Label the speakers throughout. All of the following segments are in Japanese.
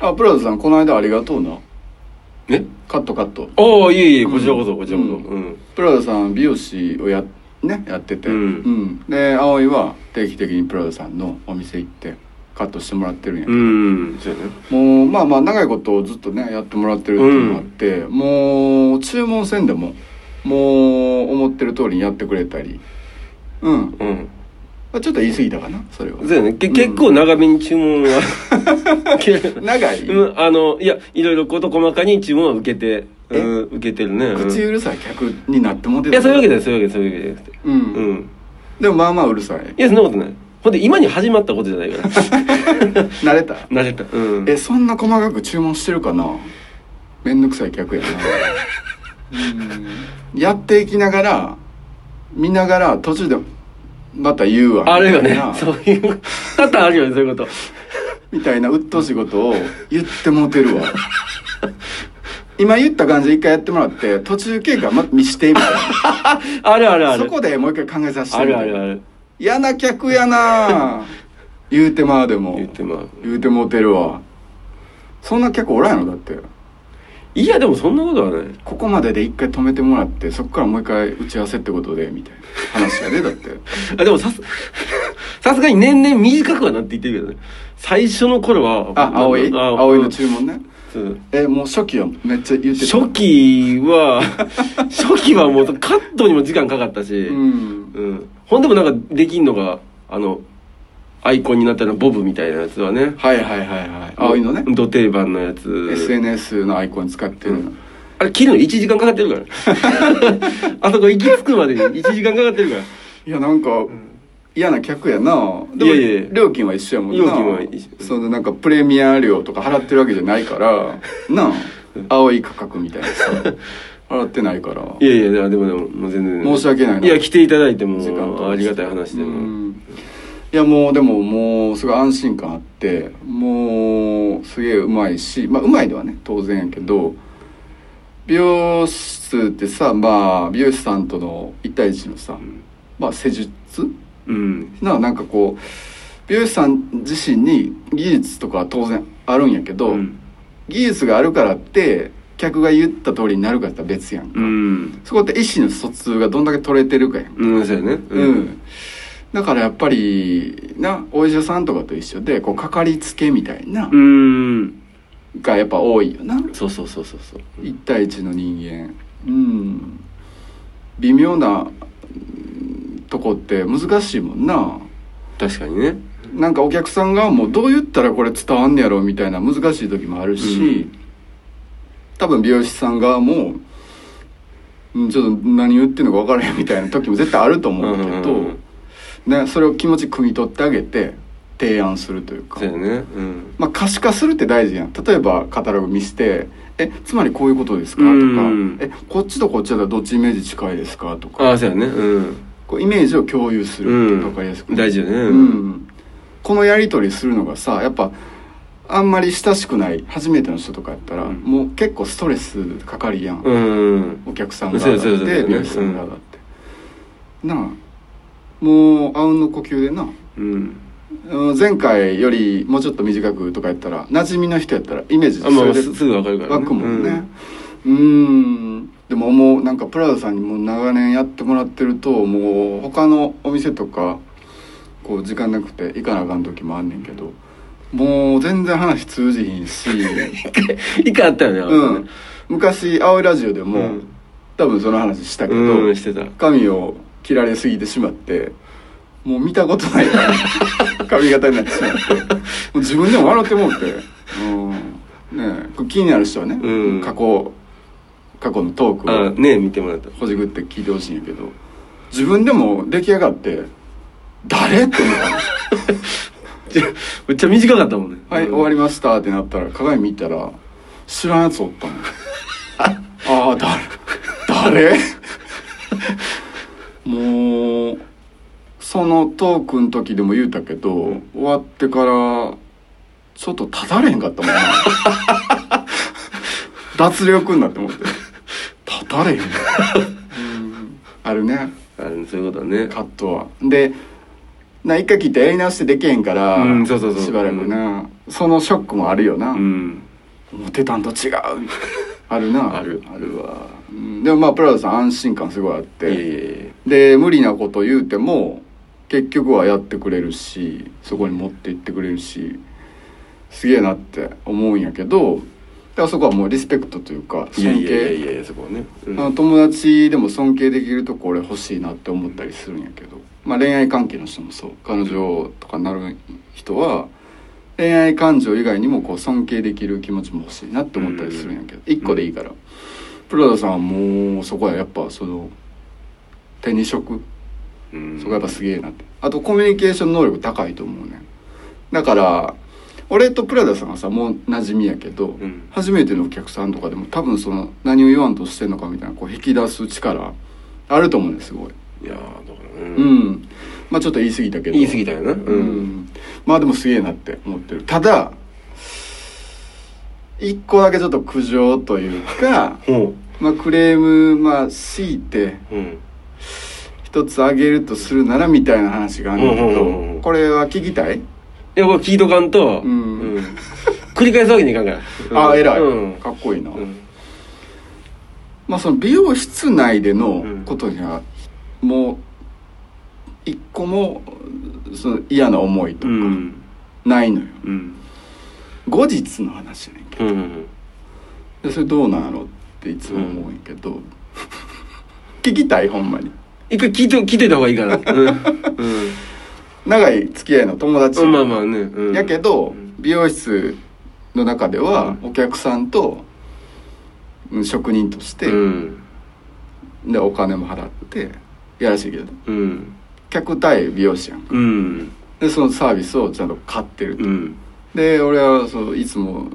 Speaker 1: あ、プラザさん、この間ありがとうな。
Speaker 2: え
Speaker 1: カットカット。
Speaker 2: おおいえいえこちらこそこちらこそうん
Speaker 1: プラザさん、美容師をや、ね、やってて。
Speaker 2: うん
Speaker 1: うんで、葵は定期的にプラザさんのお店行って、カットしてもらってるんや
Speaker 2: う。んそうやね
Speaker 1: もう、まあまあ、長いことずっとね、やってもらってるっていうのがあって、もう、注文せんでも、もう、思ってる通りにやってくれたり。うん。
Speaker 2: うん
Speaker 1: まあちょっと言い過ぎたかな、それは。
Speaker 2: そうやねけ結構長めに注文 はけ
Speaker 1: 長い、
Speaker 2: うんあのいやいろいろ事細かに注文は受けてうん受けてるねうん
Speaker 1: 口うるさい客になってもうて
Speaker 2: いやそういうわけじ
Speaker 1: で
Speaker 2: ゃないそういうわけそういうわけじゃなくて
Speaker 1: う。
Speaker 2: うんん
Speaker 1: でも、まあまあうるさい
Speaker 2: い。やそんなことないほんで今に始まったことじゃないから
Speaker 1: 慣れた
Speaker 2: 慣れたうん
Speaker 1: えそんな細かく注文してるかなめんどくさい客やなうんやっていきながら見ながら途中でまた言うわ
Speaker 2: あるよ
Speaker 1: みたい
Speaker 2: ね
Speaker 1: な
Speaker 2: そういう多々あるよねそういうこと
Speaker 1: みたいな鬱陶しいことを 言ってもうてるわ今言った感じで一回やってもらって途中経過ま見してみたい
Speaker 2: あるあるあ
Speaker 1: な
Speaker 2: る
Speaker 1: そこでもう一回考えさせて
Speaker 2: あ
Speaker 1: み
Speaker 2: る
Speaker 1: た
Speaker 2: あ
Speaker 1: いな
Speaker 2: るある
Speaker 1: 嫌な客やな言うてまうでも
Speaker 2: 言ってまう
Speaker 1: 言うてもうてるわそんな客おらんやろだって
Speaker 2: いやでもそんなことはない
Speaker 1: ここまでで一回止めてもらってそこからもう一回打ち合わせってことでみたいな話やでだ って
Speaker 2: あでもさすさすがに年々短くはなっていってるけどね最初の頃は
Speaker 1: あ葵
Speaker 2: あ
Speaker 1: 葵の注文ね
Speaker 2: そう
Speaker 1: えもう初期はめっちゃ言ってた
Speaker 2: 初期は 初期はもうカットにも時間かかったし、
Speaker 1: う
Speaker 2: うん
Speaker 1: ん
Speaker 2: ほんでもなんかできんのがあのアイコンになったのボブみたいなやつはね
Speaker 1: はいはいはいはい葵のね
Speaker 2: ド定番のやつ
Speaker 1: SNS のアイコン使ってるの
Speaker 2: あれ切るの1時間かかってるから ねあそこ行き着くまでに1時間かかってるから
Speaker 1: いやなんか嫌な客やなでも
Speaker 2: いやいやいや
Speaker 1: 料金は一緒やもんな
Speaker 2: 料金は一緒
Speaker 1: そのなんかプレミア料とか払ってるわけじゃない からなあ葵価格みたいなさ払ってないから
Speaker 2: いやいやいやでもでももう全然
Speaker 1: 申し訳ないない
Speaker 2: や来ていただいても
Speaker 1: 時間と
Speaker 2: ありがたい話で
Speaker 1: う
Speaker 2: も
Speaker 1: んいやもうでももうすごい安心感あってもうすげえうまいしまあうまいではね当然やけど美容室ってさまあ美容師さんとの一対一のさ、まあ施術
Speaker 2: うん
Speaker 1: ななんかこう美容師さん自身に技術とかは当然あるんやけど、
Speaker 2: うん
Speaker 1: 技術があるからって客が言った通りになるかって言ったら別やんか、
Speaker 2: うん
Speaker 1: そこって意思の疎通がどんだけ取れてるかやん
Speaker 2: うんそうやね
Speaker 1: うん、だからやっぱりなお医者さんとかと一緒でこうかかりつけみたいな
Speaker 2: うん
Speaker 1: がやっぱ多いよな
Speaker 2: そうそうそうそうそう
Speaker 1: 一対一の人間うん微妙なうんとこって難しいもんな
Speaker 2: 確かにね
Speaker 1: なんかお客さんがもうどう言ったらこれ伝わんねやろみたいな難しい時もあるし、
Speaker 2: うん
Speaker 1: 多分美容師さん側もうんちょっと何言ってんのか分からへんみたいな時も絶対あると思うけど、
Speaker 2: うんうんうん
Speaker 1: ね、それを気持ち汲み取ってあげて提案するというか
Speaker 2: そうやねうん
Speaker 1: まあ、可視化するって大事やん例えばカタログ見せて「えつまりこういうことですか?」とか
Speaker 2: うん
Speaker 1: 「えこっちとこっちだったらどっちイメージ近いですか?」とか
Speaker 2: ああそうやねうん
Speaker 1: こうイメージを共有するって分かりやすく
Speaker 2: うん大事よね
Speaker 1: う
Speaker 2: うん
Speaker 1: んこのやり取りするのがさやっぱあんまり親しくない初めての人とかやったら、
Speaker 2: うん
Speaker 1: もう結構ストレスかかるやん、
Speaker 2: うん
Speaker 1: お客さんが上が
Speaker 2: そう
Speaker 1: っ
Speaker 2: そうそう
Speaker 1: て
Speaker 2: そう
Speaker 1: 美容師さんが上がって、なあもうあうんの呼吸でな
Speaker 2: うん
Speaker 1: うん前回よりもうちょっと短くとかやったら馴染みの人やったらイメージ
Speaker 2: あまあ
Speaker 1: です湧
Speaker 2: すぐわかるから
Speaker 1: くもんねうんんでももうなんかプラザさんにも長年やってもらってるともう他のお店とかこう時間なくて行かなあかん時もあんねんけどもう全然話通じひんし、
Speaker 2: うん一回あったよね
Speaker 1: うん、昔青いラジオでも、
Speaker 2: うん
Speaker 1: 多分その話したけど、
Speaker 2: うんしてた
Speaker 1: 髪を切られすぎてしまってもう見たことない 髪型になってしまってもう自分でも笑ってもうて、うんねえ、これ気になる人はね、
Speaker 2: うん
Speaker 1: 過去過去のトーク
Speaker 2: あ
Speaker 1: を
Speaker 2: ね見てもらった
Speaker 1: ほじくって聞いてほしいんやけど自分でも出来上がって「誰?」って思ったの
Speaker 2: じゃめっちゃ短かったもんね
Speaker 1: 「はい、終わりました」ってなったら鏡見たら知らんやつおったのああ誰誰もうそのトークの時でも言うたけど、終わってからちょっと立たれへんかったもんな脱力になって思って立たれへんうんあるね
Speaker 2: あそういうことはね
Speaker 1: カットはでな一回聞いてやり直してできへんから、
Speaker 2: うんそうそうそう
Speaker 1: しばらくな、そのショックもあるよな、
Speaker 2: うん
Speaker 1: 思ってたんと違 うあるな
Speaker 2: ある
Speaker 1: あるわ、うんでもまあプラザさん安心感すごいあっ
Speaker 2: いやいや
Speaker 1: て、
Speaker 2: いや
Speaker 1: で無理なこと言うても結局はやってくれるしそこに持って行ってくれるしすげえなって思うんやけどだからそこはもうリスペクトというか
Speaker 2: いや
Speaker 1: 尊
Speaker 2: いや
Speaker 1: 敬
Speaker 2: いやいやそこはね、う
Speaker 1: あ
Speaker 2: ん
Speaker 1: の友達でも尊敬できるとこ俺欲しいなって思ったりするんやけど、まあ、恋愛関係の人もそう彼女とかになる人は恋愛感情以外にもこう尊敬できる気持ちも欲しいなって思ったりするんやけど、一個でいいから、プラダさんはもうそこはやっぱその手に職
Speaker 2: うん
Speaker 1: そこやっぱすげえなってあとコミュニケーション能力高いと思うねだから俺とプラダさんはさもう馴染みやけど、
Speaker 2: うん
Speaker 1: 初めてのお客さんとかでも多分その何を言わんとしてんのかみたいなこう引き出す力あると思うねすごい
Speaker 2: いやーだから
Speaker 1: う
Speaker 2: ね、
Speaker 1: んまあちょっと言い過ぎたけど
Speaker 2: 言い過ぎたよなう
Speaker 1: うん、
Speaker 2: ん、
Speaker 1: まあでもすげえなって思ってるただ一個だけちょっと苦情というか
Speaker 2: ほ
Speaker 1: まあクレームまあ強いて
Speaker 2: ううん
Speaker 1: 一つあげるとするならみたいな話があるんだけ
Speaker 2: うんうんうんう
Speaker 1: ど
Speaker 2: ん
Speaker 1: これは聞きたい
Speaker 2: いやこれ聞いとかんと、
Speaker 1: うん
Speaker 2: 繰り返すわけにいかんから、
Speaker 1: あ偉い
Speaker 2: うん
Speaker 1: かっこいいな
Speaker 2: うん
Speaker 1: まあその美容室内でのことにはもう一個もその嫌な思いと
Speaker 2: う
Speaker 1: か
Speaker 2: ん
Speaker 1: ないのよ、
Speaker 2: うん
Speaker 1: 後日の話やねんけ
Speaker 2: うん
Speaker 1: どでそれどうなんやろっていつも思うんやけど、 聞きたいほんまに
Speaker 2: 一回聞いと聞いといた方がいい から、うんうん
Speaker 1: 長い付き合いの友達、
Speaker 2: まあまあね、うん
Speaker 1: やけど、
Speaker 2: うん
Speaker 1: 美容室の中ではお客さんと、うん、職人として、
Speaker 2: うん
Speaker 1: でお金も払ってやらしいけど
Speaker 2: うん
Speaker 1: 客対美容師やん
Speaker 2: うん
Speaker 1: でそのサービスをちゃんと買ってると、
Speaker 2: うん
Speaker 1: で俺はそういつも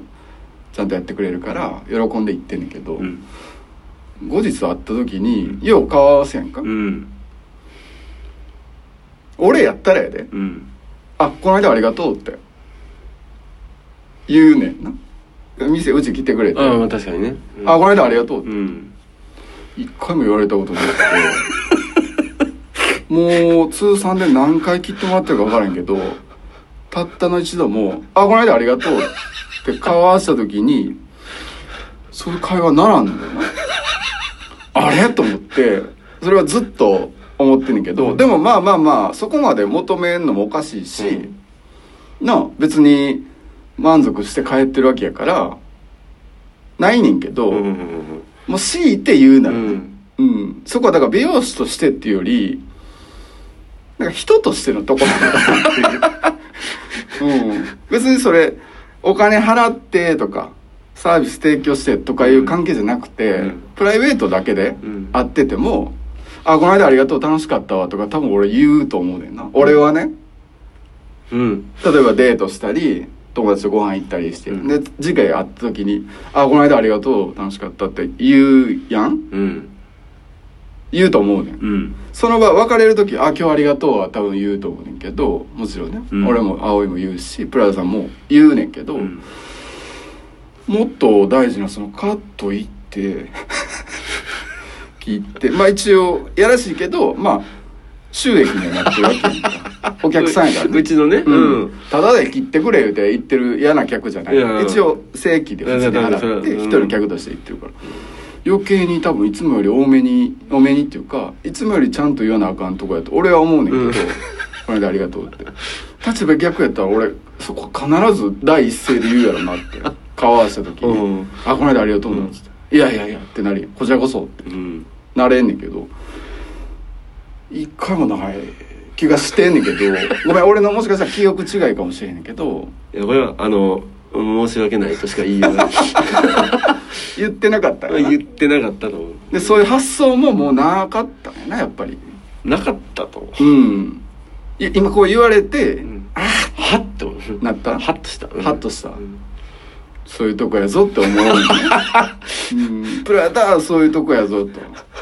Speaker 1: ちゃんとやってくれるから喜んで行ってんねんけど、
Speaker 2: うん
Speaker 1: 後日会った時によう顔合わせやんか、
Speaker 2: うん
Speaker 1: 俺やったらやで
Speaker 2: うん
Speaker 1: あこの間ありがとうって言うねんな店うち来てくれて、
Speaker 2: ああまあ確かにね、うん
Speaker 1: あこの間ありがとうって
Speaker 2: うん
Speaker 1: 一回も言われたことなくてもう通算で何回切ってもらってるか分からんけどたったの一度も「あこの間ありがとう」って顔合わせた時にそういう会話ならんのよなあれと思ってそれはずっと思ってんねんけど、でもまあまあまあそこまで求めんのもおかしいし、なあ別に満足して帰ってるわけやからないねんけど、
Speaker 2: うんうんうん
Speaker 1: もう強いて言うな
Speaker 2: う
Speaker 1: らね、
Speaker 2: ん
Speaker 1: うん、そこはだから美容師としてっていうより、なんか人としてのとこなのかなって いう。うん。別にそれ、お金払ってとか、サービス提供してとかいう関係じゃなくて、
Speaker 2: うん
Speaker 1: プライベートだけで
Speaker 2: うん
Speaker 1: 会ってても、あ、この間ありがとう、楽しかったわとか多分俺言うと思うねんな。俺はね、
Speaker 2: うん
Speaker 1: 例えばデートしたり、友達とご飯行ったりして、
Speaker 2: うん
Speaker 1: で、次回会った時に、あ、この間ありがとう、楽しかったって言うやん
Speaker 2: うん
Speaker 1: 言うと思うねん。
Speaker 2: うん
Speaker 1: その場別れる時「あ今日ありがとう」は多分言うと思うねんけどもちろんね、
Speaker 2: うん
Speaker 1: 俺も葵も言うしプラザさんも言うねんけど、もっと大事なそのカット行って切ってまあ一応やらしいけどまあ収益にはなってるわけやんかお客さんやから、
Speaker 2: う
Speaker 1: ね
Speaker 2: ちのね
Speaker 1: うんただで切ってくれ言うて言ってる嫌な客じゃない
Speaker 2: いや
Speaker 1: 一応正規で普通に払って
Speaker 2: うん
Speaker 1: 一人の客として行ってるから余計に多分いつもより多めに多めにっていうかいつもよりちゃんと言わなあかんとこやと俺は思うねんけど、
Speaker 2: うん
Speaker 1: この間ありがとうって立場逆やったら俺そこ必ず第一声で言うやろなって顔合わせた時に「
Speaker 2: うん
Speaker 1: あこの間ありがとう」なんつって「いやいやいや」ってなりこちらこそって
Speaker 2: うん
Speaker 1: なれんねんけど一回もない気がしてんねんけどごめん俺のもしかしたら記憶違いかもしれへんねんけど
Speaker 2: いやこれはあの申し訳ないとしか言いようがない
Speaker 1: 言ってなかったよな
Speaker 2: 言ってなかったと思う
Speaker 1: でそういう発想ももうなかったんやなやっぱり
Speaker 2: なかったと思う
Speaker 1: うんい今こう言われて、
Speaker 2: うんはっと思う
Speaker 1: なった
Speaker 2: はっとしたうん
Speaker 1: ハッとした
Speaker 2: うん
Speaker 1: そういうとこやぞって思 う、うん、プラダはそういうとこやぞと、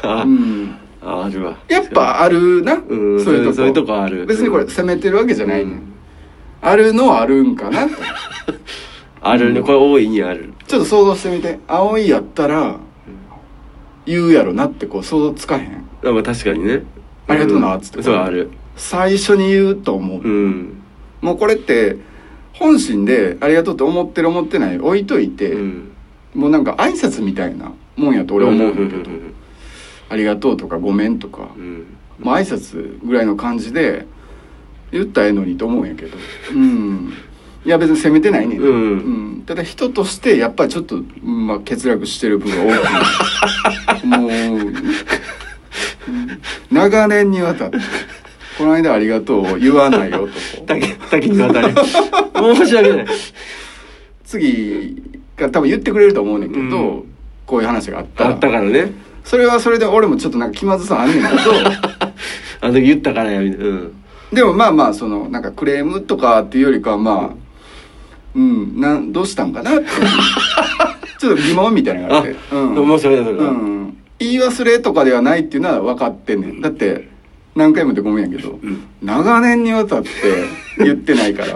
Speaker 2: あ
Speaker 1: うん、
Speaker 2: ああるわ
Speaker 1: やっぱあるな、
Speaker 2: うん
Speaker 1: そういうとこ
Speaker 2: そういうとこある
Speaker 1: 別にこれ責めてるわけじゃない、ねん
Speaker 2: うん
Speaker 1: あるのはあるんかなと
Speaker 2: あるねこれ大いにある
Speaker 1: ちょっと想像してみて青いやったら言うやろなってこう想像つかへん
Speaker 2: あまあ確かにね
Speaker 1: ありがとうなっつって
Speaker 2: んそうある
Speaker 1: 最初に言うと思う、
Speaker 2: うん
Speaker 1: もうこれって本心でありがとうと思ってる思ってない置いといて、
Speaker 2: うん
Speaker 1: もうなんか挨拶みたいなもんやと俺は思うんだけど、
Speaker 2: ん
Speaker 1: ありがとうとかごめんとか
Speaker 2: う、ん
Speaker 1: まあ挨拶ぐらいの感じで言ったらええのにと思うんやけどうんいや別に責めてないねん、
Speaker 2: うん
Speaker 1: うんただ人としてやっぱりちょっと、うんまあ、欠落してる部分が大き いもううん長年にわたってこの間ありがとうを言わない男
Speaker 2: 滝滝に渡れ申し訳ない
Speaker 1: 次が多分言ってくれると思うねんけど、
Speaker 2: うん
Speaker 1: こういう話があった
Speaker 2: あ
Speaker 1: ら
Speaker 2: ったからね
Speaker 1: それはそれで俺もちょっとなんか気まずさあんねんけど
Speaker 2: あの時言ったからやみたいなうん
Speaker 1: でもまあまあそのなんかクレームとかっていうよりかはまあうんなんどうしたんかなっていうちょっと疑問みたいなのがあ
Speaker 2: あ
Speaker 1: って
Speaker 2: 申し
Speaker 1: うん
Speaker 2: 訳ないそれ
Speaker 1: う
Speaker 2: は
Speaker 1: ん、言い忘れとかではないっていうのは分かってんねんだって何回も言ってごめんやけど、
Speaker 2: ん
Speaker 1: 長年にわたって言ってない から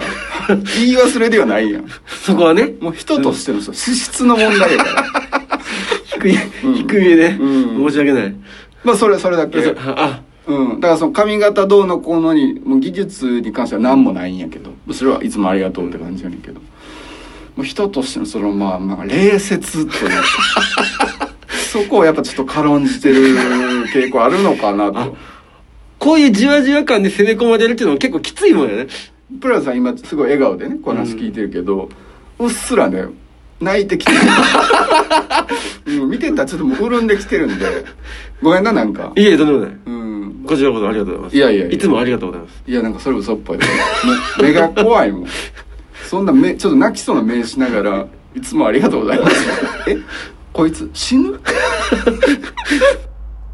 Speaker 1: 言い忘れではないやん
Speaker 2: そこはね
Speaker 1: もう人としてのそう資質の問題やから
Speaker 2: 低い
Speaker 1: うん
Speaker 2: 低めで
Speaker 1: うん
Speaker 2: 申し訳ない
Speaker 1: まあそれそれだけ
Speaker 2: えそあ
Speaker 1: うん、だからその髪型どうのこうのにもう技術に関しては何もないんやけどそれはいつもありがとうって感じやねんけどもう人としてのそのまあなんか礼節というか そこをやっぱちょっと軽んじてる傾向あるのかなと
Speaker 2: こういうじわじわ感で攻め込まれるっていうのも結構きついもんやね
Speaker 1: プラさん今すごい笑顔でねこの話聞いてるけど、うっすらね泣いてきてる、 うん、見てたらちょっともう潤んできてるんでごめんななんか
Speaker 2: いえとんでもない
Speaker 1: うん
Speaker 2: こちらこそありがとうございます
Speaker 1: いやいやいや
Speaker 2: いつもありがとうございます
Speaker 1: いやなんかそれ嘘っぽいわ もう目が怖いもんそんな目ちょっと泣きそうな目しながらいつもありがとうございますえこいつ死ぬ